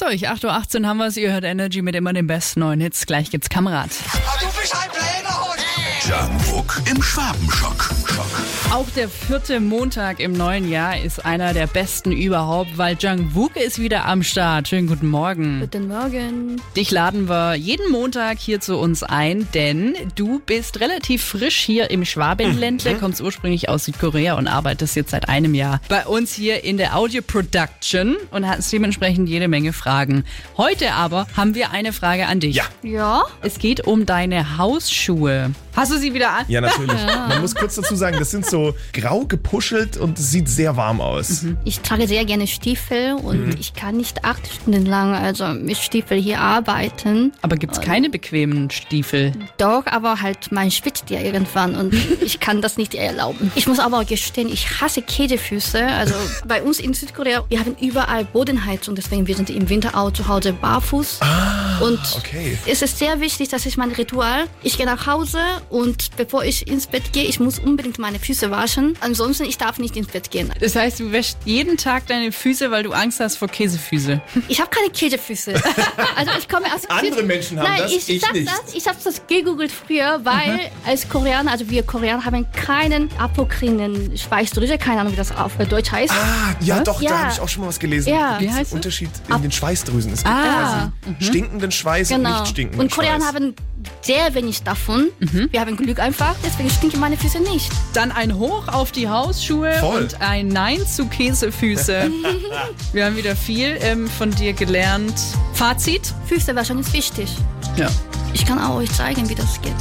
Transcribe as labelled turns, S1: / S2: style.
S1: durch. 8.18 Uhr haben wir es. Ihr hört Energy mit immer den besten neuen Hits. Gleich gibt's Kamerad.
S2: Du bist ein Bläderhund!
S3: Jumbook im Schwabenschock. Schock.
S1: Auch der vierte Montag im neuen Jahr ist einer der besten überhaupt, weil Jung Wook ist wieder am Start. Schönen guten Morgen.
S4: Guten Morgen.
S1: Dich laden wir jeden Montag hier zu uns ein, denn du bist relativ frisch hier im Schwabenländle, kommst ursprünglich aus Südkorea und arbeitest jetzt seit einem Jahr bei uns hier in der Audio Production und hast dementsprechend jede Menge Fragen. Heute aber haben wir eine Frage an dich.
S5: Ja.
S4: Ja?
S1: Es geht um deine Hausschuhe. Hast du sie wieder an?
S5: Ja, natürlich. Man muss kurz dazu sagen, das sind so grau gepuschelt und es sieht sehr warm aus.
S4: Ich trage sehr gerne Stiefel und ich kann nicht acht Stunden lang also mit Stiefel hier arbeiten.
S1: Aber gibt's keine bequemen Stiefel?
S4: Doch, aber halt man schwitzt ja irgendwann und ich kann das nicht erlauben. Ich muss aber gestehen, ich hasse Käsefüße. Also bei uns in Südkorea, wir haben überall Bodenheizung, deswegen wir sind im Winter auch zu Hause barfuß. und
S5: okay.
S4: es ist sehr wichtig, das ist mein Ritual. Ich gehe nach Hause und bevor ich ins Bett gehe, ich muss unbedingt meine Füße waschen. Ansonsten, ich darf nicht ins Bett gehen.
S1: Das heißt, du wäschst jeden Tag deine Füße, weil du Angst hast vor Käsefüße.
S4: Ich habe keine Käsefüße. Also ich komme aus
S5: Andere
S4: Süd-
S5: Menschen haben
S4: Nein,
S5: das,
S4: ich,
S5: ich
S4: sag
S5: nicht. Mhm.
S4: das. Ich habe das gegoogelt früher, weil als Koreaner, also wir Koreaner haben keinen apokrinen Schweißdrüse, keine Ahnung, wie das auf Deutsch heißt.
S5: Ah, ja, doch,
S4: Ja.
S5: da habe ich auch schon mal was gelesen.
S4: Ja.
S1: Wie
S5: Wie heißt
S1: heißt
S5: es?
S1: es?
S5: Unterschied in den Schweißdrüsen. Es gibt
S1: Ah.
S5: quasi stinkenden Schweiß und nicht stinkenden
S4: genau. Und Koreaner
S5: Schweiß.
S4: haben sehr wenig davon.
S5: Mhm.
S4: Wir haben Glück einfach, deswegen stinken meine Füße nicht.
S1: Dann ein Hoch auf die Hausschuhe
S5: Voll.
S1: und ein Nein zu Käsefüße. Wir haben wieder viel ähm, von dir gelernt. Fazit?
S4: Füße waschen ist wichtig.
S1: Ja.
S4: Ich kann auch euch zeigen, wie das geht.